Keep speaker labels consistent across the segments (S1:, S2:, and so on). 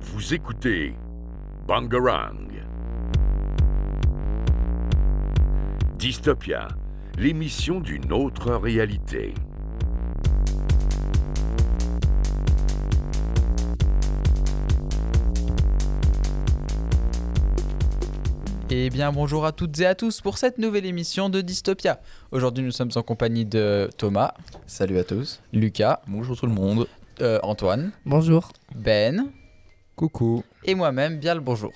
S1: Vous écoutez Bangarang. Dystopia, l'émission d'une autre réalité.
S2: Eh bien bonjour à toutes et à tous pour cette nouvelle émission de Dystopia. Aujourd'hui nous sommes en compagnie de Thomas,
S3: Salut à tous.
S2: Lucas,
S3: Bonjour tout le monde.
S2: euh, Antoine,
S4: Bonjour.
S2: Ben
S3: Coucou.
S2: et moi-même, bien le bonjour.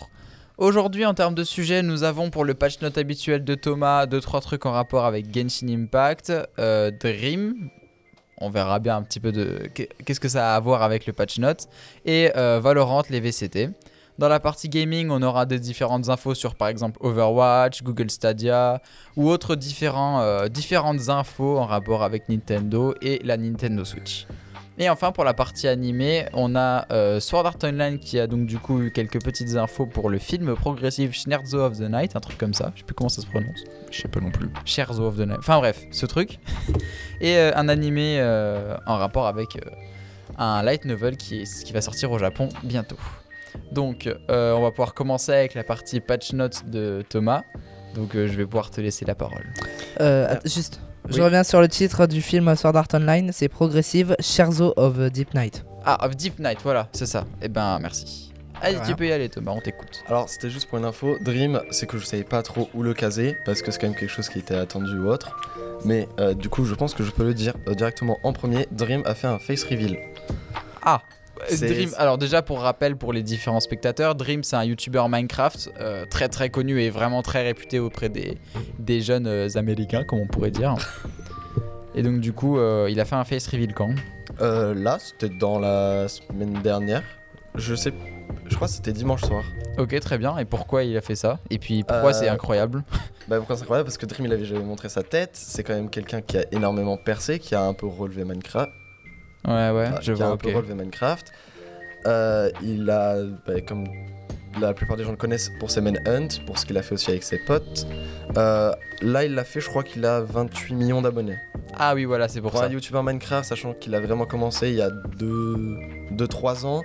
S2: Aujourd'hui en termes de sujet nous avons pour le patch note habituel de Thomas 2-3 trucs en rapport avec Genshin Impact, euh, Dream, on verra bien un petit peu de qu'est-ce que ça a à voir avec le patch note, et euh, Valorant, les VCT. Dans la partie gaming, on aura des différentes infos sur par exemple Overwatch, Google Stadia ou autres différents, euh, différentes infos en rapport avec Nintendo et la Nintendo Switch. Et enfin pour la partie animée, on a euh, Sword Art Online qui a donc du coup eu quelques petites infos pour le film progressif Scherzo of the Night, un truc comme ça, je sais plus comment ça se prononce.
S3: Je sais pas non plus.
S2: Scherzo of the Night, enfin bref, ce truc. Et euh, un animé euh, en rapport avec euh, un light novel qui, est- qui va sortir au Japon bientôt. Donc euh, on va pouvoir commencer avec la partie patch notes de Thomas. Donc euh, je vais pouvoir te laisser la parole.
S4: Euh,
S2: Ah.
S4: att- juste,
S2: Oui.
S4: je reviens sur le titre du film Sword Art Online, c'est Progressive Scherzo of Deep Night.
S2: Ah, of Deep Night, voilà, c'est ça. Eh ben merci. Allez,
S4: Voilà.
S2: tu peux y aller Thomas, on t'écoute.
S3: Alors, c'était juste pour une info. Dream, c'est que je savais pas trop où le caser parce que c'est quand même quelque chose qui était attendu ou autre. Mais euh, du coup, je pense que je peux le dire euh, directement en premier. Dream a fait un face reveal.
S2: Ah euh,
S3: C'est-
S2: Dream, alors déjà pour rappel pour les différents spectateurs, Dream c'est un youtubeur Minecraft euh, très très connu et vraiment très réputé auprès des, des jeunes euh, américains comme on pourrait dire. et donc du coup euh, il a fait un face reveal quand
S3: Euh, là, c'était dans la semaine dernière. Je sais, je crois que c'était dimanche soir.
S2: Ok très bien et pourquoi il a fait ça Et puis pourquoi
S3: Euh,
S2: c'est incroyable
S3: Bah pourquoi c'est incroyable Parce que Dream il avait jamais montré sa tête. C'est quand même quelqu'un qui a énormément percé, qui a un peu relevé Minecraft.
S2: Ouais ouais
S3: Ah,
S2: je
S3: qui a
S2: vois
S3: un
S2: ok.
S3: peu relevé Minecraft. Euh, il a, bah, comme la plupart des gens le connaissent, pour ses Manhunt, pour ce qu'il a fait aussi avec ses potes. Euh, là, il l'a fait, je crois qu'il a 28 millions d'abonnés.
S2: Ah oui voilà c'est pour
S3: Pour
S2: ça.
S3: un youtubeur Minecraft, sachant qu'il a vraiment commencé il y a 2-3 ans,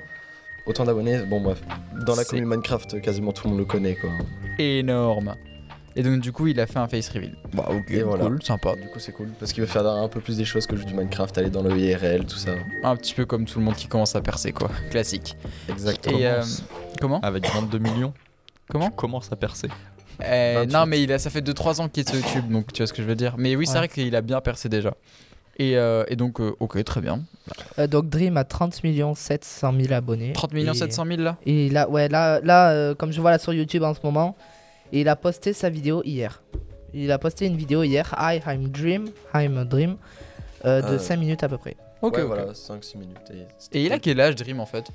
S3: autant d'abonnés, bon bref. Dans la
S2: C'est-
S3: commune Minecraft, quasiment tout le monde le connaît quoi.
S2: Énorme. Et donc du coup il a fait un face reveal. Bah ok
S3: Et voilà.
S2: cool sympa.
S3: Ah, Du coup, c'est cool parce qu'il veut faire un peu plus des choses que juste du Minecraft, aller dans le IRL, tout ça.
S2: Un petit peu comme tout le monde qui commence à percer quoi. Classique.
S3: Exactement.
S2: Et euh, comment
S5: Avec 22 millions,
S2: Comment
S5: tu commences à percer.
S2: Euh,
S3: 28.
S2: non, mais il a, ça fait 2-3 ans qu'il est sur YouTube, donc tu vois ce que je veux dire. Mais oui, c'est
S4: Ouais.
S2: vrai qu'il a bien percé déjà. Et, euh, et donc, euh, ok, très bien.
S4: Euh, donc Dream a 30 700 000 abonnés.
S2: 30 millions
S4: Et-
S2: 700 000 là
S4: Et là, ouais, là, là euh, comme je vois là sur YouTube en ce moment, il a posté sa vidéo hier. Il a posté une vidéo hier, I, I'm Dream, I'm a Dream, euh, de
S3: Euh.
S4: 5 minutes à peu près.
S2: Ok,
S3: Ouais,
S2: ok.
S3: voilà, 5-6 minutes. Et,
S2: Et il a quel âge, Dream, en fait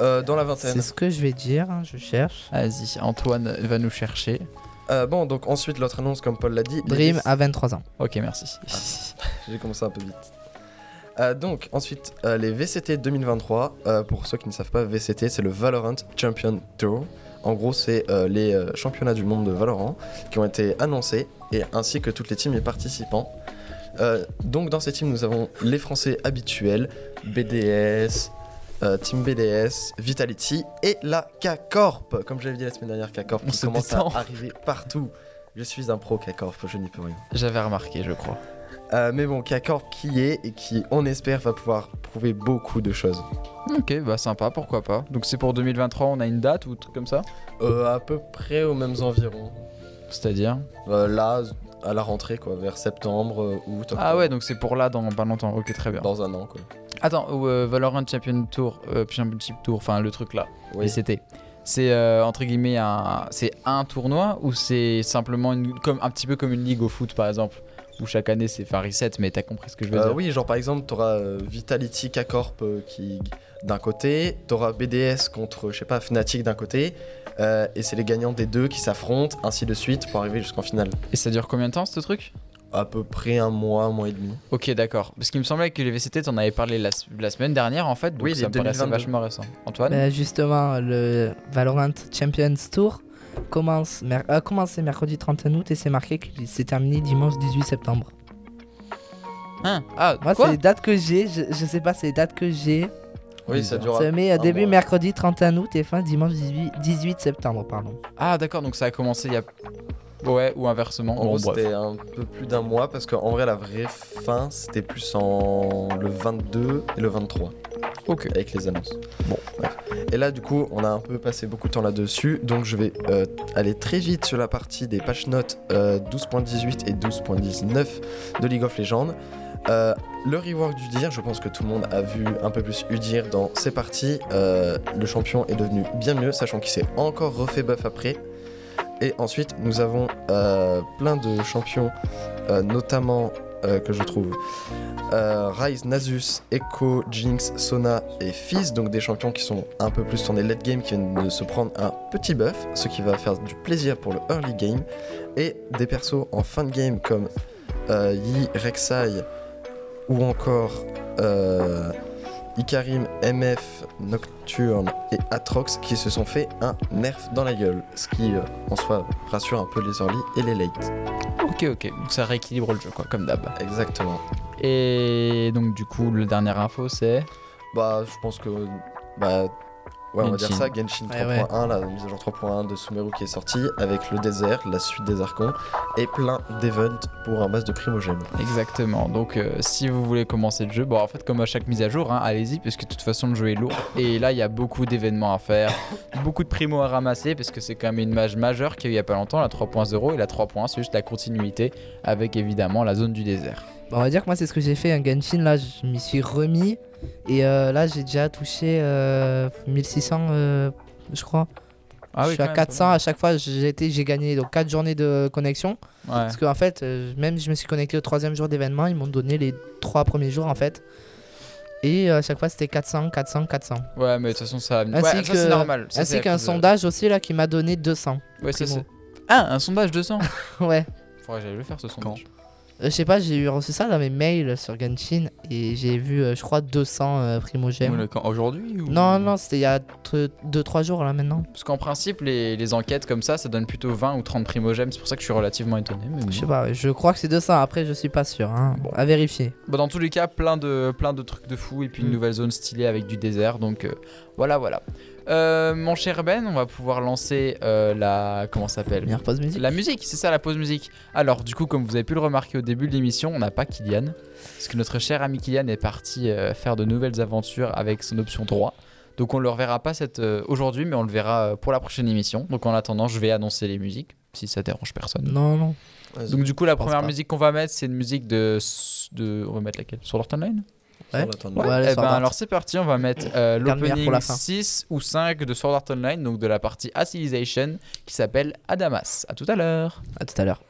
S3: Euh, dans la vingtaine.
S4: C'est ce que je vais dire, hein, je cherche.
S2: Vas-y, Antoine va nous chercher.
S3: Euh, bon, donc ensuite, l'autre annonce, comme Paul l'a dit.
S4: Dream
S3: les-
S4: a 23 ans.
S2: Ok, merci.
S3: J'ai commencé un peu vite. Euh, donc, ensuite, euh, les VCT 2023. euh, pour ceux qui ne savent pas, VCT, c'est le Valorant Champion Tour. En gros, c'est euh, les euh, championnats du monde de Valorant qui ont été annoncés, et ainsi que toutes les teams et participants. Euh, donc, dans ces teams, nous avons les Français habituels, BDS, euh, Team BDS, Vitality et la K-Corp. Comme je l'avais dit la semaine dernière, K-Corp
S2: On
S3: qui
S2: se
S3: commence
S2: détend.
S3: à arriver partout. Je suis un pro K-Corp, je n'y peux rien.
S2: J'avais remarqué, je crois.
S3: Euh, mais bon, Kakor qui est et qui, on espère, va pouvoir prouver beaucoup de choses.
S2: Ok, bah sympa, pourquoi pas. Donc c'est pour 2023, on a une date ou un truc comme ça
S3: Euh, à peu près aux mêmes environs.
S2: C'est-à-dire
S3: Euh, là, à la rentrée, quoi, vers septembre, euh, août.
S2: Ah
S3: octobre,
S2: ouais, donc c'est pour là dans pas longtemps. Ok, très bien.
S3: Dans un an, quoi.
S2: Attends, euh, Valorant Champion Tour, euh, Championship Tour, enfin le truc là.
S3: Oui.
S2: Et c'était. C'est euh, entre guillemets un, c'est un tournoi ou c'est simplement une, comme, un petit peu comme une ligue au foot par exemple où chaque année c'est fait un reset mais t'as compris ce que je veux
S3: Euh,
S2: dire
S3: oui, genre par exemple, t'auras euh, Vitality K-Corp euh, qui d'un côté, t'auras BDS contre, je sais pas, Fnatic d'un côté, euh, et c'est les gagnants des deux qui s'affrontent, ainsi de suite, pour arriver jusqu'en finale.
S2: Et ça dure combien de temps ce truc
S3: À peu près un mois, un mois et demi.
S2: Ok d'accord parce qu'il me semblait que les VCT t'en avais parlé la, la semaine dernière en fait donc
S3: Oui,
S2: ça
S3: les
S2: me paraissait
S3: 2022.
S2: vachement récent. Antoine
S4: Bah, justement, le Valorant Champions Tour commence mer- a commencé mercredi 31 août et c'est marqué qu'il s'est terminé dimanche 18 septembre.
S2: Hein Ah
S4: Moi, c'est
S2: Hein quoi
S4: les dates que j'ai. Je, je sais pas, c'est les dates que j'ai.
S3: Oui, ça dure.
S4: Ça met euh,
S3: un
S4: début
S3: mois.
S4: mercredi 31 août et fin dimanche 18, 18 septembre, pardon.
S2: Ah, d'accord, donc ça a commencé il y a. Ouais, ou inversement.
S3: En
S2: bon,
S3: gros,
S2: bref.
S3: c'était un peu plus d'un mois parce qu'en vrai, la vraie fin, c'était plus en le 22 et le 23
S2: Ok.
S3: avec les annonces. Bon, bref. Et là, du coup, on a un peu passé beaucoup de temps là-dessus, donc je vais euh, aller très vite sur la partie des patch notes euh, 12.18 et 12.19 de League of Legends. Euh, le rework d'Udyr, je pense que tout le monde a vu un peu plus Udyr dans ses parties. Euh, le champion est devenu bien mieux, sachant qu'il s'est encore refait buff après. Et ensuite, nous avons euh, plein de champions, euh, notamment euh, que je trouve euh, Ryze, Nasus, Echo, Jinx, Sona et Fizz, donc des champions qui sont un peu plus tournés late game, qui viennent de se prendre un petit buff, ce qui va faire du plaisir pour le early game, et des persos en fin de game comme euh, Yi, Rek'Sai ou encore euh, Ikarim, MF, Nocturne et Atrox qui se sont fait un nerf dans la gueule, ce qui euh, en soi rassure un peu les early et les late.
S2: Ok, ok. Donc ça rééquilibre le jeu, quoi, comme d'hab.
S3: Exactement.
S2: Et donc, du coup, le dernière info, c'est.
S3: Bah, je pense que. Bah. Ouais, on va dire
S2: Genshin.
S3: ça, Genshin
S4: Ouais,
S3: 3.1,
S4: ouais.
S3: la mise à jour 3.1 de Sumeru qui est sortie, avec le désert, la suite des archons, et plein d'events pour un base de primogène.
S2: Exactement. Donc, euh, si vous voulez commencer le jeu, bon, en fait, comme à chaque mise à jour, hein, allez-y, parce que de toute façon, le jeu est lourd. Et là, il y a beaucoup d'événements à faire, beaucoup de primo à ramasser, parce que c'est quand même une mage majeure qu'il y a eu il y a pas longtemps, la 3.0. Et la 3.1, c'est juste la continuité, avec évidemment la zone du désert.
S4: Bah, on va dire que moi, c'est ce que j'ai fait. Un Genshin, là, je m'y suis remis. Et euh, là, j'ai déjà touché euh, 1600, euh, je crois.
S3: Ah
S4: je suis à 400. À chaque fois, j'ai été- j'ai gagné donc 4 journées de connexion.
S2: Ouais.
S4: Parce qu'en fait, euh, même je me suis connecté au troisième jour d'événement, ils m'ont donné les trois premiers jours en fait. Et euh, à chaque fois, c'était 400, 400, 400.
S2: Ouais, mais de toute façon, ça, ouais, ça,
S4: Ainsi
S2: c'est
S4: que-
S2: normal. Ça, c'est
S4: Ainsi
S2: à
S4: qu'un
S2: cause de-
S4: sondage aussi là qui m'a donné 200.
S2: Ouais, ça,
S4: primo.
S2: c'est- Ah, un sondage 200
S4: ouais.
S2: Faudrait que j'aille le faire ce sondage.
S4: Euh, je sais pas, j'ai eu reçu ça dans mes mails sur Genshin et j'ai vu, euh, je crois, 200 euh, primogèmes.
S5: Ou le- quand- Aujourd'hui ou...
S4: Non, non, c'était il y a 2-3 jours là maintenant.
S2: Parce qu'en principe, les, les enquêtes comme ça, ça donne plutôt 20 ou 30 primogèmes. C'est pour ça que je suis relativement étonné. mais bon.
S4: Je sais pas, ouais, je crois que c'est 200, après je suis pas sûr, hein.
S2: Bon.
S4: à vérifier.
S2: Bon, Bah, dans tous les cas, plein de, plein de trucs de fou et puis une
S4: Mm.
S2: nouvelle zone stylée avec du désert. Donc euh, voilà, voilà. Euh, mon cher Ben, on va pouvoir lancer euh, la. Comment ça s'appelle
S4: Première pause musique.
S2: La musique, c'est ça la pause musique. Alors, du coup, comme vous avez pu le remarquer au début de l'émission, on n'a pas Kylian. Parce que notre cher ami Kylian est parti euh, faire de nouvelles aventures avec son option droit. Donc, on le reverra pas cette, euh, aujourd'hui, mais on le verra euh, pour la prochaine émission. Donc, en attendant, je vais annoncer les musiques, si ça dérange personne.
S4: Non, non.
S2: Donc, du coup, la
S4: pense
S2: première
S4: pas.
S2: musique qu'on va mettre, c'est une musique de. de on va mettre laquelle Sur Line
S4: Ouais.
S3: Sans l'attendre.
S4: Ouais, allez,
S2: eh
S4: sur
S2: ben,
S4: Arte.
S2: alors c'est parti, on va mettre euh,
S4: Garde le meilleur
S2: l'opening
S4: pour la fin.
S2: 6 ou 5 de Sword Art Online, donc de la partie A Civilization, qui s'appelle Adamas. À tout à l'heure
S4: À tout à l'heure.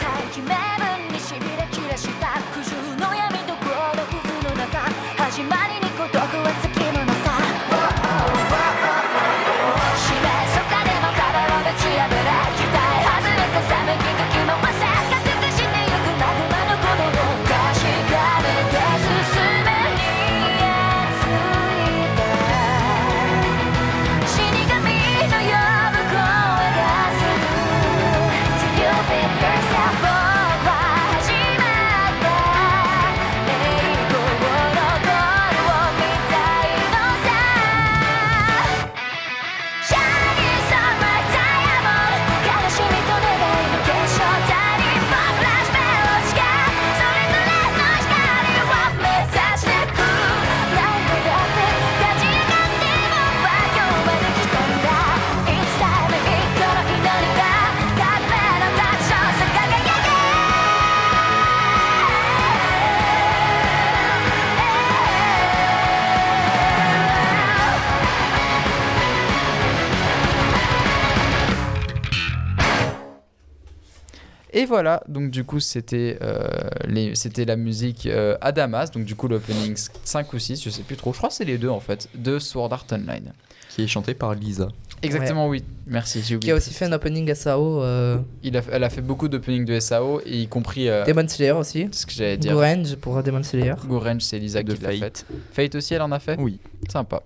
S6: 大気名分にしびれ散らした苦渋の闇と孤独の中始まりに孤独はつきものさしめそかでも壁をぶち破れ期待外れた冷めきかき回せ加速してゆくマグマの鼓動を確かめて進めについた死神の呼ぶ声がする You've been yourself over 始まった栄光のゴールを見たいのさ Shining on my diamond 悲しみと願いの結晶タイムフラッシュベロしかそれぞれの光を目指してく何度だって立ち上がっても今日まで来たんだ It's time 一個の祈りが壁の立ち上さ輝け
S2: Et voilà, donc du coup c'était euh, les- c'était la musique euh, Adamas, donc du coup l'opening 5 ou 6, je sais plus trop, je crois que c'est les deux en fait, de Sword Art Online.
S5: Qui est chanté par Lisa.
S2: Exactement oui, merci, j'ai
S4: Qui
S2: oublié.
S4: a aussi fait un opening SAO, euh,
S2: Il a- elle a fait beaucoup d'openings de SAO, et y compris euh,
S4: Demon Slayer aussi.
S2: ce que j'allais dire.
S4: Gorange pour Demon Slayer.
S2: Gorange, c'est Lisa
S5: De
S2: qui l'a
S5: Fate.
S2: fait. Fate aussi elle en a fait
S5: Oui.
S2: Sympa.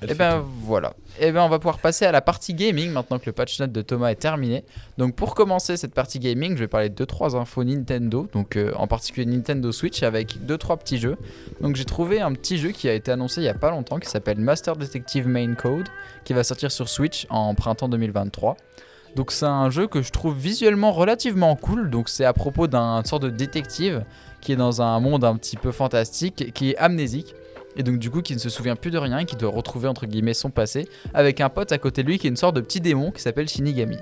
S3: Elle
S2: Et
S3: fait
S2: ben voilà. Et ben on va pouvoir passer à la partie gaming maintenant que le patch note de Thomas est terminé. Donc pour commencer cette partie gaming, je vais parler de 2-3 infos Nintendo, donc euh, en particulier Nintendo Switch avec 2-3 petits jeux. Donc j'ai trouvé un petit jeu qui a été annoncé il y a pas longtemps qui s'appelle Master Detective Main Code, qui va sortir sur Switch en printemps 2023. Donc c'est un jeu que je trouve visuellement relativement cool. Donc c'est à propos d'un sorte de détective qui est dans un monde un petit peu fantastique, qui est amnésique. Et donc du coup qui ne se souvient plus de rien, qui doit retrouver entre guillemets son passé, avec un pote à côté de lui qui est une sorte de petit démon qui s'appelle Shinigami.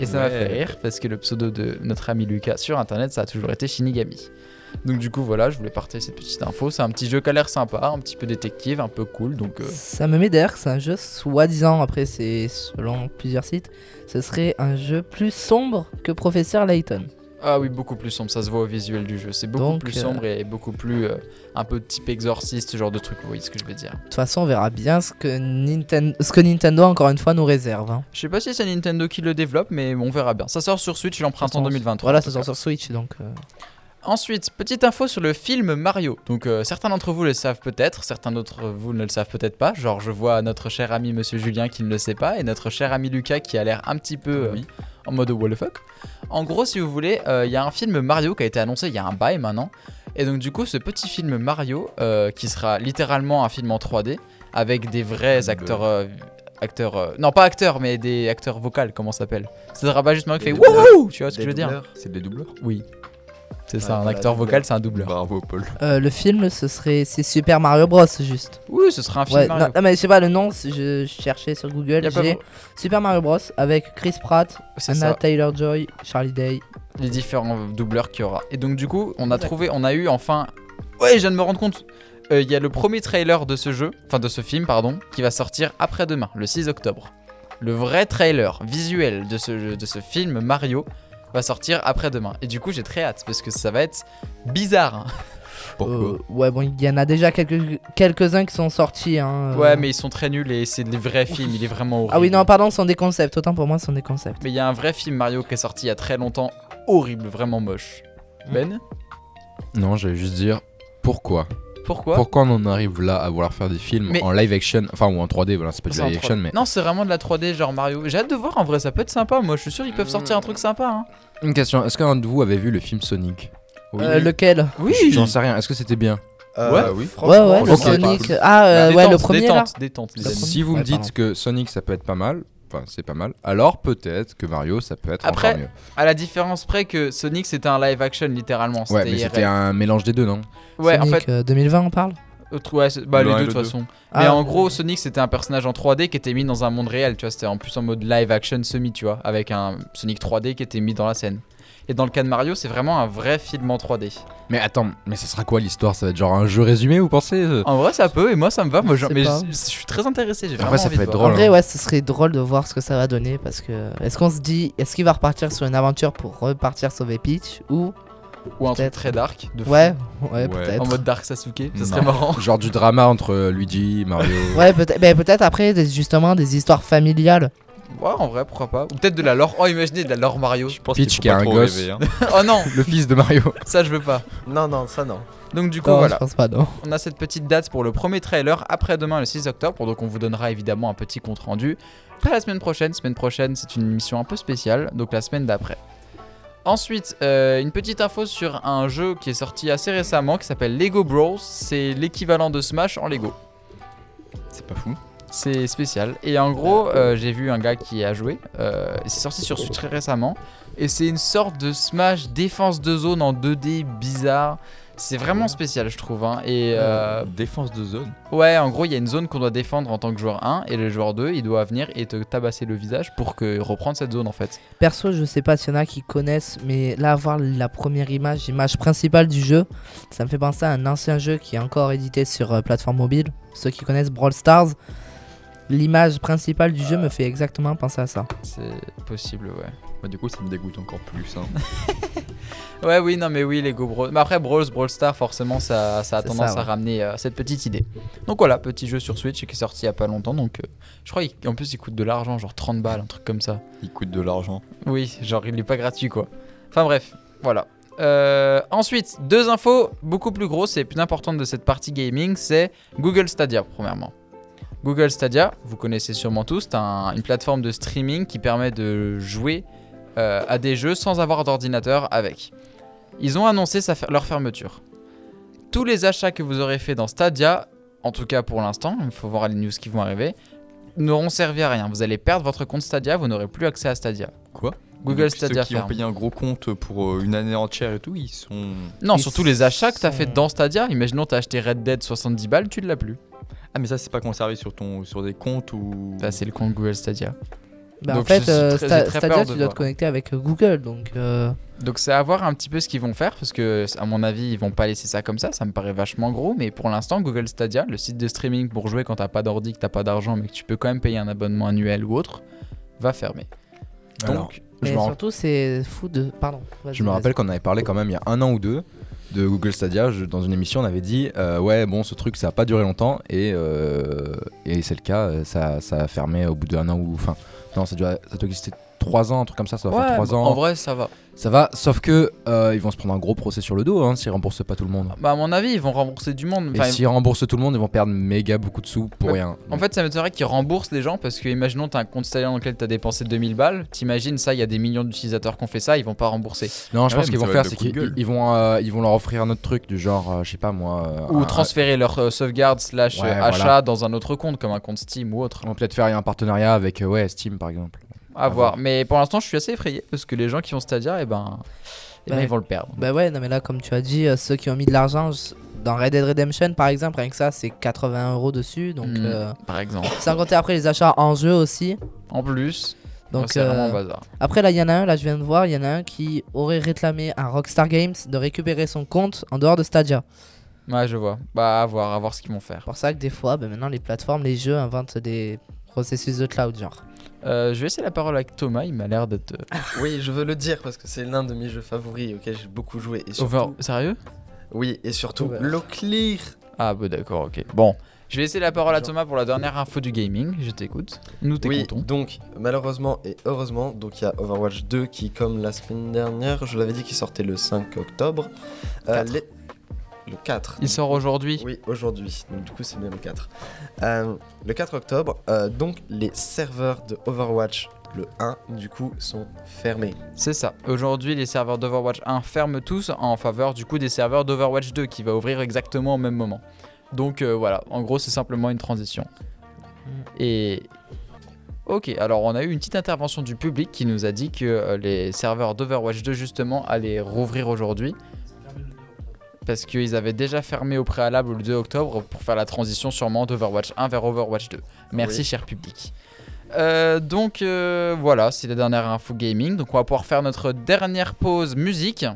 S2: Et ça m'a
S5: Ouais.
S2: fait rire parce que le pseudo de notre ami Lucas sur internet ça a toujours été Shinigami. Donc du coup voilà, je voulais partager cette petite info. C'est un petit jeu qui a l'air sympa, un petit peu détective, un peu cool. Donc euh,
S4: Ça me met d'ailleurs que c'est un jeu soi-disant, après c'est selon plusieurs sites, ce serait un jeu plus sombre que Professeur Layton.
S2: Ah oui, beaucoup plus sombre, ça se voit au visuel du jeu. C'est beaucoup
S4: Donc,
S2: plus
S4: euh,
S2: sombre et beaucoup plus euh, un peu type exorciste, ce genre de truc, vous voyez ce que je veux dire.
S4: De toute façon, on verra bien ce que, Ninten- ce que Nintendo, encore une fois, nous réserve. hein.
S2: Je sais pas si c'est Nintendo qui le développe, mais on verra bien. Ça sort sur Switch en printemps 2023.
S4: Voilà,
S2: en
S4: ça
S2: tout
S4: sort
S2: cas.
S4: sur Switch, donc... euh,
S2: Ensuite, petite info sur le film Mario. Donc euh, certains d'entre vous le savent peut-être, certains d'entre vous ne le savent peut-être pas. Genre je vois notre cher ami Monsieur Julien qui ne le sait pas et notre cher ami Lucas qui a l'air un petit peu euh, en mode what the fuck. En gros, si vous voulez, euh, il y a un film Mario qui a été annoncé il y a un bail maintenant. Et donc du coup, ce petit film Mario euh, qui sera littéralement un film en 3D avec des vrais
S3: Ah, bah
S5: Comme,
S2: acteurs. euh, acteurs euh, non pas acteurs mais des acteurs vocaux comment ça s'appelle ça sera pas juste moi qui
S3: Des
S2: fait
S3: doubleurs.
S2: wouhou tu vois ce que
S3: des
S2: je veux dire
S3: douleurs.
S5: C'est des doubleurs
S2: oui. C'est
S3: Ouais,
S2: ça, un
S3: voilà, euh, bah.
S2: acteur
S3: doubleur.
S2: vocal, c'est un doubleur.
S5: Bravo, Paul.
S4: euh, le film, ce serait... C'est Super Mario Bros, juste.
S2: Oui, ce sera un film
S4: Ouais,
S2: Mario.
S4: non, non, mais je sais pas, le nom, c'est- je je cherchais sur
S2: Il y
S4: Google,
S2: a pas
S4: j'ai
S2: vra-
S4: Super Mario Bros, avec Chris Pratt,
S2: C'est
S4: Anna
S2: ça,
S4: Taylor-Joy, Charlie Day.
S2: les différents doubleurs qu'il y aura. Et donc du coup, on a
S4: Exact.
S2: trouvé, on a eu enfin... Ouais, je viens de me rendre compte. Euh, Il y a le premier trailer de ce jeu, enfin de ce film, pardon, qui va sortir après-demain, le 6 octobre. Le vrai trailer visuel de ce, jeu- de ce film Mario va sortir après-demain. Et du coup, j'ai très hâte, parce que ça va être bizarre. hein.
S5: Pourquoi
S4: Euh, Ouais, bon, il y en a déjà quelques- quelques-uns qui sont sortis. hein, euh.
S2: Ouais, mais ils sont très nuls et c'est des vrais films, il est vraiment horrible.
S4: Ah oui, non, pardon, ce sont des concepts. Autant pour moi, ce sont des concepts.
S2: Mais il y a un vrai film Mario qui est sorti il y a très longtemps, horrible, vraiment moche. Ben
S5: Non, j'allais juste dire pourquoi.
S2: Pourquoi
S5: Pourquoi on en arrive là à vouloir faire des films
S2: Mais-
S5: en live action Enfin, ou en 3D, voilà, c'est pas du
S2: C'est en
S5: live
S2: 3D.
S5: action, mais.
S2: Non, c'est vraiment de la 3D genre Mario. J'ai hâte de voir en vrai, ça peut être sympa. Moi, je suis sûr qu'ils peuvent
S5: Hmm.
S2: sortir un truc sympa. hein.
S5: Une question est-ce qu'un de vous avait vu le film Sonic Oui.
S4: Euh, lequel
S2: Oui.
S5: J'en sais rien, est-ce que c'était bien
S3: Euh,
S5: oui.
S4: Ouais,
S3: franchement,
S4: ouais,
S5: je
S4: le
S5: sais pas.
S4: Sonic. Ah, euh, ouais, le premier là.
S2: détente, détente,
S4: Le
S2: détente.
S5: Si vous
S4: Ouais,
S5: me dites
S4: pardon.
S5: que Sonic ça peut être pas mal, enfin c'est pas mal, alors peut-être que Mario ça peut être
S2: Après,
S5: encore mieux.
S2: À la différence près que Sonic c'était un live action littéralement.
S5: Ouais, mais
S2: IRL.
S5: c'était un mélange des deux, non
S2: Ouais, en
S4: Sonic,
S2: fait,
S4: euh, 2020, on parle
S2: autre- ouais, c'est- bah,
S5: Le
S2: les
S5: un et
S2: deux de
S5: le
S2: toute
S5: deux.
S2: façon.
S4: Ah,
S2: mais en gros, Sonic c'était un personnage en 3D qui était mis dans un monde réel. Tu vois, c'était en plus en mode live action semi, tu vois, avec un Sonic 3D qui était mis dans la scène. Et dans le cas de Mario, c'est vraiment un vrai film en 3D.
S5: Mais attends, mais ça sera quoi l'histoire Ça va être genre un jeu résumé, vous pensez euh
S2: En vrai, ça peut, et moi ça me va. Moi,
S4: Je
S2: genre-
S4: sais
S2: mais
S4: pas.
S2: je je suis très intéressé. j'ai
S5: Après,
S2: vraiment
S5: ça
S2: envie
S5: peut
S2: de
S5: être
S2: voir.
S4: En
S5: drôle,
S4: vrai,
S5: hein.
S4: ouais, ce serait drôle de voir ce que ça va donner parce que. Est-ce qu'on se dit, est-ce qu'il va repartir sur une aventure pour repartir sauver Peach ou.
S2: Ou un truc
S4: Peut-être.
S2: très dark. De fou.
S4: Ouais, ouais,
S5: Ouais.
S4: peut-être.
S2: En mode Dark Sasuke, ça
S5: Non.
S2: serait marrant.
S5: Genre du drama entre euh, Luigi, Mario.
S4: Ouais, peut-être mais peut-être après, des- justement, des histoires familiales.
S2: Ouais, en vrai, pourquoi pas. Ou peut-être de la lore. Oh, imaginez de la lore Mario.
S5: Peach qui a un gosse,
S2: oh non,
S5: le fils de Mario.
S2: ça je veux pas.
S3: Non, non, ça non.
S2: Donc du coup,
S4: Non,
S2: voilà.
S4: Je pense pas, non.
S2: On a cette petite date pour le premier trailer après-demain, le 6 octobre. Donc on vous donnera évidemment un petit compte rendu. Pas la semaine prochaine. Semaine prochaine, c'est une émission un peu spéciale. Donc la semaine d'après. Ensuite, euh, une petite info sur un jeu qui est sorti assez récemment qui s'appelle Lego Bros. C'est l'équivalent de Smash en Lego.
S5: C'est pas fou.
S2: C'est spécial. Et en gros, euh, j'ai vu un gars qui a joué. euh, c'est sorti sur Switch très récemment. Et c'est une sorte de Smash défense de zone en 2D bizarre. C'est vraiment spécial, je trouve. hein. Et euh,
S5: Défense de zone.
S2: ouais, en gros, il y a une zone qu'on doit défendre en tant que joueur 1. Et le joueur 2, il doit venir et te tabasser le visage pour que reprendre cette zone en fait.
S4: Perso, je sais pas s'il y en a qui connaissent, mais là, voir la première image, l'image principale du jeu, ça me fait penser à un ancien jeu qui est encore édité sur euh, plateforme mobile. Ceux qui connaissent Brawl Stars, l'image principale du jeu me fait exactement penser à ça.
S2: C'est possible, ouais.
S5: Bah, du coup, ça me dégoûte encore plus. hein.
S2: Ouais, oui, non, mais oui, Lego Bros. Mais après, Brawls, Brawl Star, forcément, ça, ça a
S4: C'est
S2: tendance
S4: ça, ouais.
S2: à ramener euh, cette petite idée. Donc voilà, petit jeu sur Switch qui est sorti il y a pas longtemps. Donc euh, je crois qu'en plus, il coûte de l'argent, genre 30 balles, un truc comme ça.
S5: Il coûte de l'argent.
S2: Oui, genre il est pas gratuit quoi. Enfin bref, voilà. Euh, ensuite, deux infos beaucoup plus grosses et plus importantes de cette partie gaming, c'est Google Stadia premièrement. Google Stadia, vous connaissez sûrement tous, c'est un- une plateforme de streaming qui permet de jouer euh, à des jeux sans avoir d'ordinateur avec. Ils ont annoncé sa fer- leur fermeture. Tous les achats que vous aurez faits dans Stadia, en tout cas pour l'instant, il faut voir les news qui vont arriver, n'auront servi à rien. Vous allez perdre votre compte Stadia, vous n'aurez plus accès à Stadia.
S7: Quoi
S2: Google
S7: Donc,
S2: Stadia
S7: Ceux qui ont
S2: ferme.
S7: payé un gros compte pour euh, une année entière et tout, ils sont.
S2: Non,
S4: Ils
S2: surtout les achats que t'as
S4: sont-
S2: fait dans Stadia. Imaginons t'as acheté Red Dead 70 balles, tu ne l'as plus.
S7: Ah, mais ça, c'est pas conservé sur, ton, sur des comptes ou.
S2: Ça c'est le compte Google Stadia.
S4: Bah, en
S2: Donc, je
S4: fait,
S2: suis
S4: euh,
S2: très-
S4: Sta-
S2: j'ai très
S4: Stadia,
S2: peur
S4: tu
S2: de
S4: dois
S2: voir.
S4: te connecter avec euh, Google, donc. euh,
S2: Donc c'est à voir un petit peu ce qu'ils vont faire parce que à mon avis ils vont pas laisser ça comme ça, ça me paraît vachement gros mais pour l'instant Google Stadia, le site de streaming pour jouer quand t'as pas d'ordi, que t'as pas d'argent mais que tu peux quand même payer un abonnement annuel ou autre, va fermer. Donc
S5: Alors,
S2: je
S4: Et
S2: m'en
S4: surtout, c'est fou de. Pardon. vas-y,
S5: Je me
S4: vas-y.
S5: rappelle qu'on avait parlé quand même il y a un an ou deux de Google Stadia. Je- dans une émission, on avait dit euh, ouais bon ce truc ça a pas duré longtemps et, euh, et c'est le cas. euh, Ça, ça a fermé au bout d'un an ou enfin non ça doit ça doit exister trois ans un truc comme ça. Ça doit
S2: Ouais,
S5: faire
S2: bah,
S5: trois ans.
S2: En vrai ça va.
S5: Ça va. Sauf que euh, ils vont se prendre un gros procès sur le dos hein, s'ils remboursent pas tout le monde.
S2: Bah à mon avis ils vont rembourser du monde.
S5: Et
S2: Enfin,
S5: s'ils remboursent tout le monde, ils vont perdre méga beaucoup de sous pour
S2: Ouais.
S5: rien.
S2: En
S5: Donc,
S2: fait, ça m'étonnerait qu'ils remboursent les gens parce que, imaginons, t'as un compte Stadia dans lequel t'as dépensé 2000 balles. T'imagines ça, il y a des millions d'utilisateurs qui ont fait ça, ils vont pas rembourser.
S5: non, je
S7: Ah ouais,
S5: pense qu'ils
S7: mais ça va
S5: vont faire
S7: être de
S5: c'est
S7: coup de
S5: qu'ils
S7: gueule.
S5: ils vont euh, ils vont leur offrir un autre truc du genre euh, je sais pas moi. euh,
S2: Ou
S5: un-
S2: transférer leur euh, sauvegarde slash euh,
S5: Ouais,
S2: achat
S5: voilà.
S2: dans un autre compte, comme un compte Steam ou autre.
S5: Ils vont peut-être faire un partenariat avec euh, ouais Steam par exemple.
S2: À
S5: À
S2: voir.
S5: voir.
S2: Mais pour l'instant, je suis assez effrayé parce que les gens qui ont Stadia, eh ben, eh ben,
S4: Bah,
S2: ils vont le perdre.
S4: Bah ouais, non mais là, comme tu as dit, euh, ceux qui ont mis de l'argent je- dans Red Dead Redemption, par exemple, rien que ça, c'est 80 euros dessus. Donc,
S2: Mm.
S4: euh,
S2: Par exemple.
S4: sans compter après les achats en jeu aussi.
S2: En plus,
S4: Donc,
S2: c'est vraiment
S4: euh,
S2: bazar.
S4: après, là, il y en a un, là, je viens de voir, il y en a un qui aurait réclamé à Rockstar Games de récupérer son compte en dehors de Stadia.
S2: Ouais, je vois. Bah, à voir, à voir ce qu'ils vont faire.
S4: C'est pour ça que des fois, bah, maintenant, les plateformes, les jeux inventent des processus de cloud, genre.
S2: Euh, je vais laisser la parole à Thomas. Il m'a l'air d'être. euh,
S3: Oui, je veux le dire parce que c'est l'un de mes jeux favoris auquel j'ai beaucoup joué.
S4: Ah,
S3: Et surtout,
S2: over. Sérieux
S3: Oui, et surtout,
S4: Over.
S3: l'eau clear.
S2: Ah, bah, d'accord, ok. Bon. Je vais laisser la parole à Thomas pour la dernière info du gaming. Je t'écoute. Nous
S3: Oui,
S2: t'écoutons.
S3: donc malheureusement et heureusement, donc il y a Overwatch 2 qui, comme la semaine dernière, je l'avais dit, qui sortait le 5 octobre. Euh,
S2: Quatre.
S3: les- Le 4.
S2: Il sort aujourd'hui.
S3: Oui, aujourd'hui. Donc du coup, c'est bien le 4. Euh, le 4 octobre, euh, donc les serveurs de Overwatch, le 1, du coup, sont fermés.
S2: C'est ça. Aujourd'hui, les serveurs d'Overwatch 1 ferment tous en faveur du coup des serveurs d'Overwatch 2 qui va ouvrir exactement au même moment. Donc euh, voilà, en gros, c'est simplement une transition. Et OK, alors on a eu une petite intervention du public qui nous a dit que euh, les serveurs d'Overwatch 2 justement allaient rouvrir aujourd'hui. Parce qu'ils avaient déjà fermé au préalable le 2 octobre pour faire la transition sûrement d'Overwatch 1 vers Overwatch 2. Merci
S3: Oui.
S2: cher public. Euh, donc euh, voilà, c'est la dernière info gaming. Donc on va pouvoir faire notre dernière pause musique.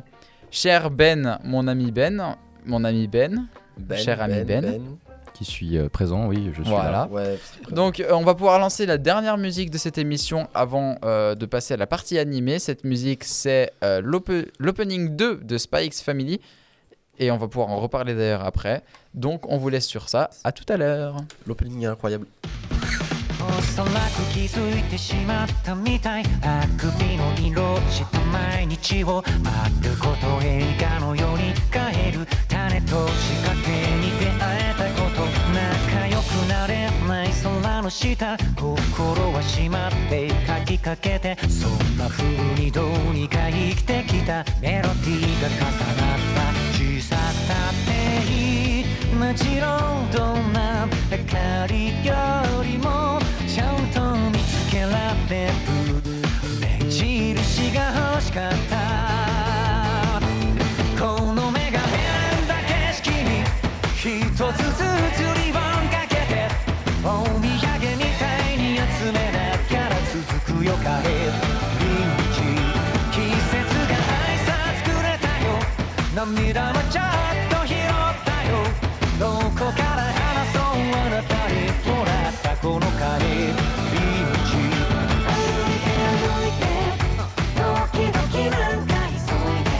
S2: Cher Ben, mon ami Ben, mon ami Ben. Cher ami Ben. Ah.
S5: Qui suis euh, présent, oui, je suis
S2: Voilà.
S5: là.
S3: Ouais, parce que-
S2: Donc euh, on va pouvoir lancer la dernière musique de cette émission avant euh, de passer à la partie animée. Cette musique c'est euh, l'ope- l'opening 2 de Spike's Family. Et on va pouvoir en reparler d'ailleurs après. Donc on vous laisse sur ça. À tout à l'heure.
S3: l'opening est incroyable.
S8: おそらく気づいてしまったみたいあくびの色した毎日を丸ごと映画のように変える種と仕掛けに出会えたこと仲良くなれない空の下心はしまって書きかけてそんな風にどうにか生きてきたメロディーが重なった小さなっていいもちろんどんな明かりよりもちゃんと見つけられる目印が欲しかったこの目が変だ景色に一つずつリボンかけてお土産みたいに集めながら続くよ帰り道季節が挨拶くれたよ涙もちょっと拾ったよどこから話そうあなたにもらったこの帰り道
S6: 歩いて歩いてドキドキなんか急いで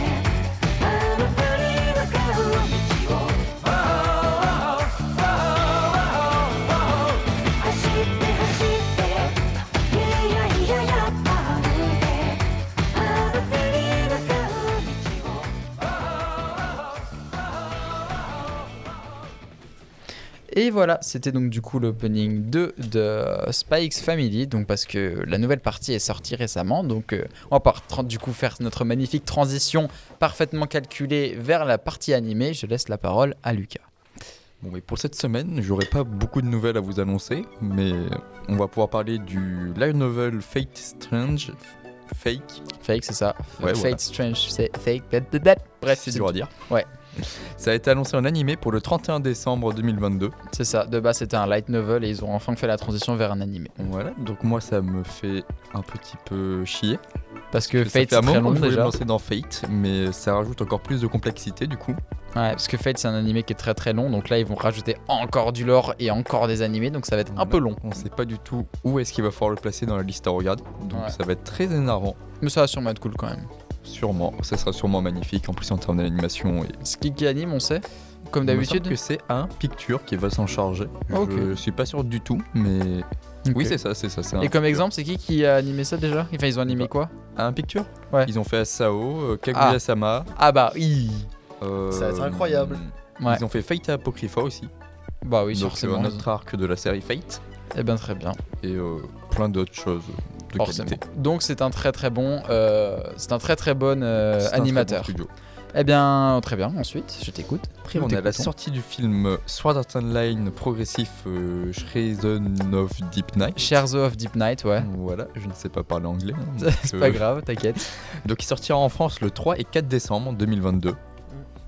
S6: あなたに向かう道を走って走っていやいややっぱ歩いてあなたに向かう道を
S2: Et voilà, c'était donc du coup l'opening 2 de Spike's Family, donc parce que la nouvelle partie est sortie récemment, donc euh, on va par- tra- du coup faire notre magnifique transition parfaitement calculée vers la partie animée. Je laisse la parole à Lucas.
S7: Bon, mais pour cette semaine, j'aurai pas beaucoup de nouvelles à vous annoncer, mais on va pouvoir parler du light novel Fate Strange. Fake,
S2: Fake, c'est ça.
S7: Ouais,
S2: Fate
S7: voilà.
S2: Strange, c'est fake. blah, blah, blah. Bref,
S7: c'est dur à dire.
S2: Ouais.
S7: Ça a été annoncé en animé pour le 31 décembre 2022.
S2: C'est ça. De base, c'était un light novel et ils ont enfin fait la transition vers un animé.
S7: Voilà, donc moi ça me fait un petit peu chier.
S2: Parce que
S7: ça
S2: Fate,
S7: fait un
S2: c'est très
S7: moment
S2: long
S7: que je voulais me
S2: déjà.
S7: lancer dans Fate, mais ça rajoute encore plus de complexité du coup.
S2: Ouais, parce que Fate, c'est un animé qui est très très long. Donc là, ils vont rajouter encore du lore et encore des animés. Donc ça va être un
S7: Voilà.
S2: peu long.
S7: On sait pas du tout où est-ce qu'il va falloir le placer dans la liste à regarder, donc
S2: Ouais.
S7: ça va être très énervant,
S2: Mais ça va sûrement être cool quand même.
S7: sûrement. Ça sera sûrement magnifique en plus en termes d'animation. Et...
S2: Ce qui, qui anime, on sait. Comme
S7: Il me semble
S2: d'habitude.
S7: que c'est un Picture qui va s'en charger. Je
S2: Ok.
S7: suis pas sûr du tout, mais
S2: Ok.
S7: oui c'est ça, c'est ça. c'est un Bah.
S2: Et comme
S7: Picture.
S2: exemple, c'est qui qui a animé ça déjà Enfin, ils ont animé quoi
S7: un Picture.
S2: Ouais.
S7: Ils ont fait Asao, euh, Kaguya-sama.
S2: Ah bah oui.
S7: euh,
S3: Ça va être incroyable.
S2: Ouais.
S7: Ils ont fait Fate Apocrypha aussi.
S2: Bah oui,
S7: donc c'est
S2: forcément.
S7: un autre arc de la série Fate.
S2: Eh ben très bien.
S7: et euh, plein d'autres choses de
S2: Forcément.
S7: qualité.
S2: Donc c'est un très très bon, euh, c'est un très très bon euh,
S7: C'est un très bon
S2: animateur.
S7: studio.
S2: eh bien très bien. Ensuite, je t'écoute.
S7: Après,
S2: Nous
S7: on a la
S2: t'écoutons.
S7: sortie du film Sword Art Online progressif euh, Shreden of Deep Night.
S2: Shares of Deep Night, ouais.
S7: Voilà, je ne sais pas parler anglais. hein, donc,
S2: c'est
S7: euh,
S2: pas grave, t'inquiète.
S7: Donc, il sortira en France le 3 et 4 décembre 2022.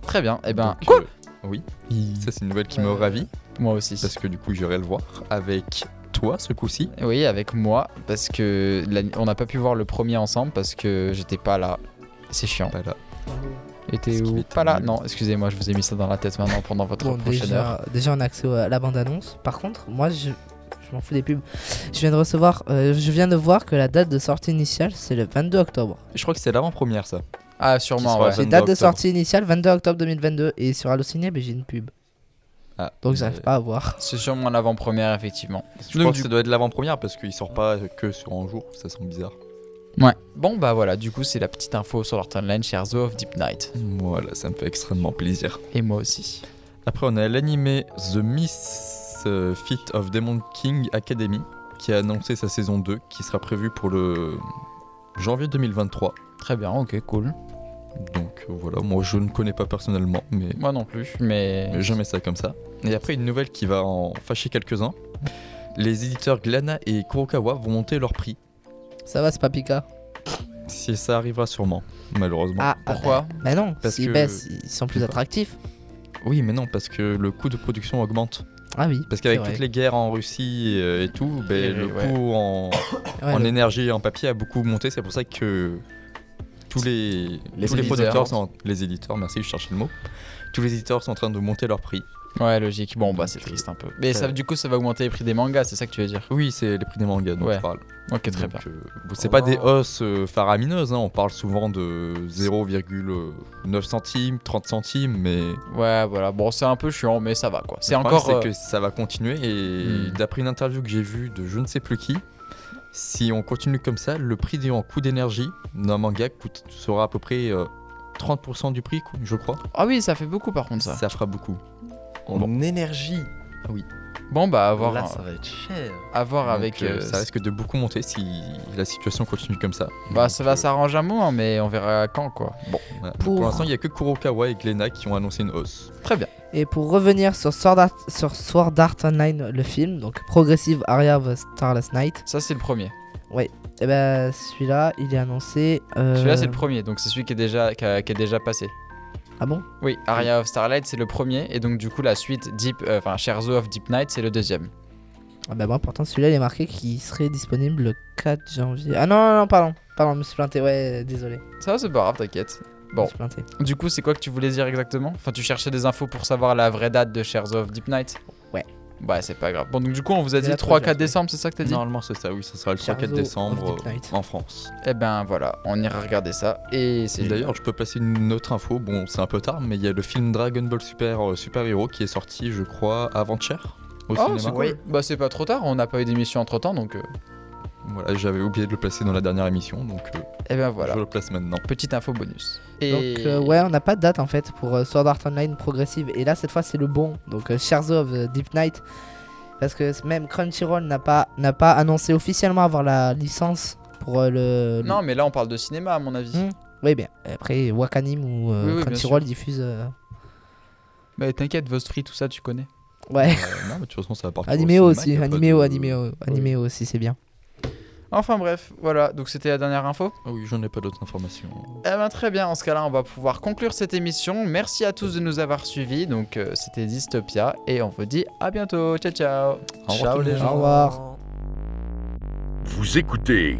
S2: Très bien. Eh ben
S7: Donc,
S2: cool.
S7: euh, Oui, ça c'est une nouvelle qui me
S4: Ouais.
S7: ravit
S2: Moi aussi.
S7: parce que du coup, j'irai le voir avec toi ce coup-ci.
S2: Oui, avec moi parce que la- on n'a pas pu voir le premier ensemble parce que j'étais pas là. C'est chiant.
S7: Pas là.
S2: Et t'es
S7: Parce qu'il
S2: où
S7: était
S2: Pas là.
S7: nul.
S2: Non, excusez-moi, je vous ai mis ça dans la tête maintenant pendant votre
S4: Bon,
S2: prochaine heure.
S4: déjà, déjà, on a accès à la bande-annonce. Par contre, moi, je, je m'en fous des pubs. Je viens de recevoir, euh, je viens de voir que la date de sortie initiale, c'est le 22 octobre.
S7: Je crois que c'est l'avant-première ça.
S2: Ah,
S7: Qui
S2: sûrement.
S7: sera
S2: Ouais.
S7: jeune.
S4: C'est
S7: 22
S4: date de
S7: octobre.
S4: sortie initiale, 22 octobre 2022. Et sur Allociné, ben, j'ai une pub.
S7: Ah,
S4: Donc, j'arrive pas à voir.
S2: C'est sûrement l'avant-première effectivement.
S7: Je
S2: Donc,
S7: crois
S2: du-
S7: que ça doit être l'avant-première parce qu'il sort pas que sur un jour, ça semble bizarre.
S2: Ouais. Bon bah voilà. Du coup, c'est la petite info sur leur timeline, Shares of Deep Night.
S7: Voilà, ça me fait extrêmement plaisir.
S2: Et moi aussi.
S7: Après, on a l'animé The Miss euh, Fit of Demon King Academy qui a annoncé sa saison 2 qui sera prévue pour le janvier 2023.
S2: Très bien, ok, cool.
S7: Donc euh, voilà, moi je ne connais pas personnellement, mais
S2: Moi non plus, mais.
S7: mais jamais ça comme ça. Et après, une nouvelle qui va en fâcher quelques-uns. Les éditeurs Glana et Kurokawa vont monter leur prix.
S4: Ça va, c'est pas Pika.
S7: Si ça arrivera sûrement, malheureusement.
S4: Ah, ah,
S2: Pourquoi
S4: bah, bah non,
S7: Parce
S4: s'ils
S7: que-
S4: baissent, ils sont plus
S7: Je sais pas.
S4: attractifs.
S7: Oui, mais non, parce que le coût de production augmente.
S4: Ah oui.
S7: Parce qu'avec
S4: c'est
S7: toutes
S4: vrai.
S7: les guerres en Russie euh, et tout, ben,
S2: Et
S7: le
S2: ouais.
S7: coût en,
S4: Ouais,
S7: en
S4: le-
S7: énergie et en papier a beaucoup monté. C'est pour ça que tous les,
S2: Les
S7: tous les
S2: éditeurs.
S7: producteurs, sont, les éditeurs, merci, je cherchais le mot. Tous les éditeurs sont en train de monter leur prix.
S2: Ouais, logique. Bon, bah c'est triste un peu. Mais ça, du coup, ça va augmenter les prix des mangas, c'est ça que tu veux dire
S7: Oui, c'est les prix des mangas dont
S2: Ouais,
S7: je parle.
S2: Ok, très bien.
S7: Donc, euh, c'est pas des hausses euh, faramineuses. hein, On parle souvent de 0,9 centimes, 30 centimes, mais le
S2: Ouais, voilà. Bon, c'est un peu chiant, mais ça va quoi. C'est
S7: problème,
S2: encore.
S7: c'est
S2: euh,
S7: que ça va continuer. Et
S2: Hmm.
S7: d'après une interview que j'ai vue de je ne sais plus qui, si on continue comme ça, le prix des- en coût d'énergie d'un manga coûte- sera à peu près euh, 30% du prix, je crois.
S2: Ah oui, ça fait beaucoup par contre ça.
S7: Ça fera beaucoup.
S3: En énergie.
S2: Bon, bah à voir,
S3: Là,
S2: hein,
S3: ça va être cher.
S2: à voir
S7: Donc,
S2: avec.
S7: euh,
S2: euh,
S7: ça risque de beaucoup monter si la situation continue comme ça.
S2: Bah
S7: Donc,
S2: ça va
S7: euh,
S2: s'arranger un moment, mais on verra quand quoi. Bon,
S7: voilà. Donc,
S4: Pour-
S7: Pour l'instant, il n'y a que Kurokawa et Glena qui ont annoncé une hausse.
S2: très bien.
S4: Et pour revenir sur Sword Art, sur Sword Art Online, le film, donc Progressive Area of Starless Night,
S2: Ça c'est le premier.
S4: et ben celui-là, il est annoncé. euh,
S2: Celui-là c'est le premier, donc c'est celui qui est déjà qui a- qui est déjà passé.
S4: Ah bon
S2: Oui, Aria of Starlight c'est le premier, et donc du coup la suite Deep, euh, enfin Scherzo of Deep Night c'est le deuxième.
S4: Ah bah moi pourtant celui-là il est marqué qu'il serait disponible le 4 janvier. Ah non non non pardon, pardon, je me suis planté, ouais euh, désolé.
S2: Ça va, c'est pas grave, t'inquiète.
S4: Je
S2: Bon.
S4: me suis planté.
S2: Du coup, c'est quoi que tu voulais dire exactement Enfin, tu cherchais des infos pour savoir la vraie date de Shares of Deep Night
S4: Ouais.
S2: Bah, c'est pas grave. Bon, donc du coup, on vous a
S4: C'est
S2: dit
S4: la
S2: 3-4
S4: première,
S2: décembre, c'est ça que t'as dit
S7: Normalement, c'est ça, oui, ça sera le 3-4
S4: Scherzo
S7: décembre
S4: of Deep
S7: euh,
S4: Night.
S7: en France.
S2: Eh ben voilà, on ira regarder ça. Et c'est
S7: Et D'ailleurs, je peux passer une autre info. Bon, c'est un peu tard, mais il y a le film Dragon Ball Super euh, Super Hero qui est sorti, je crois, avant-hier au
S2: Oh, c'est
S7: cinéma.
S2: cool. Bah, c'est pas trop tard, on n'a pas eu d'émission entre temps, donc. euh,
S7: Voilà, j'avais oublié de le placer dans la dernière émission, donc
S2: Et
S7: euh,
S2: bien eh ben, voilà,
S7: je le place maintenant.
S2: petite info bonus. Et
S4: Donc euh, ouais, on n'a pas de date en fait pour euh, Sword Art Online progressive. Et là, cette fois, c'est le bon. Donc euh, Shards of euh, Deep Night. Parce que même Crunchyroll n'a pas, n'a pas annoncé officiellement avoir la licence pour euh, le...
S2: Non, mais là on parle de cinéma à mon avis.
S4: Hmm. Oui, bien. Après, Wakanim ou euh,
S2: Oui, oui, bien
S4: Crunchyroll diffuse... euh,
S2: Mais Bah, t'inquiète, Vostri, tout ça tu connais.
S4: Ouais.
S7: Euh, non, mais de toute façon, ça va
S2: Oh,
S7: partir. au
S4: Animeo
S7: cinéma, y
S4: aussi.
S7: a pas de-
S4: Animeo, Animeo. Animeo aussi, c'est bien.
S2: Enfin bref, voilà, donc c'était la dernière info.
S7: Ah oui, j'en ai pas d'autres informations.
S2: Eh ben très bien, en ce cas-là, on va pouvoir conclure cette émission. Merci à tous de nous avoir suivis. Donc euh, c'était Dystopia et on vous dit à bientôt. Ciao ciao.
S3: Ciao les gens.
S4: Au revoir.
S1: Vous écoutez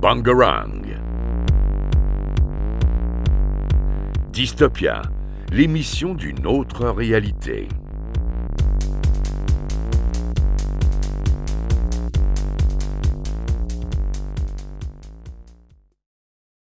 S1: Bangarang. Dystopia, l'émission d'une autre réalité.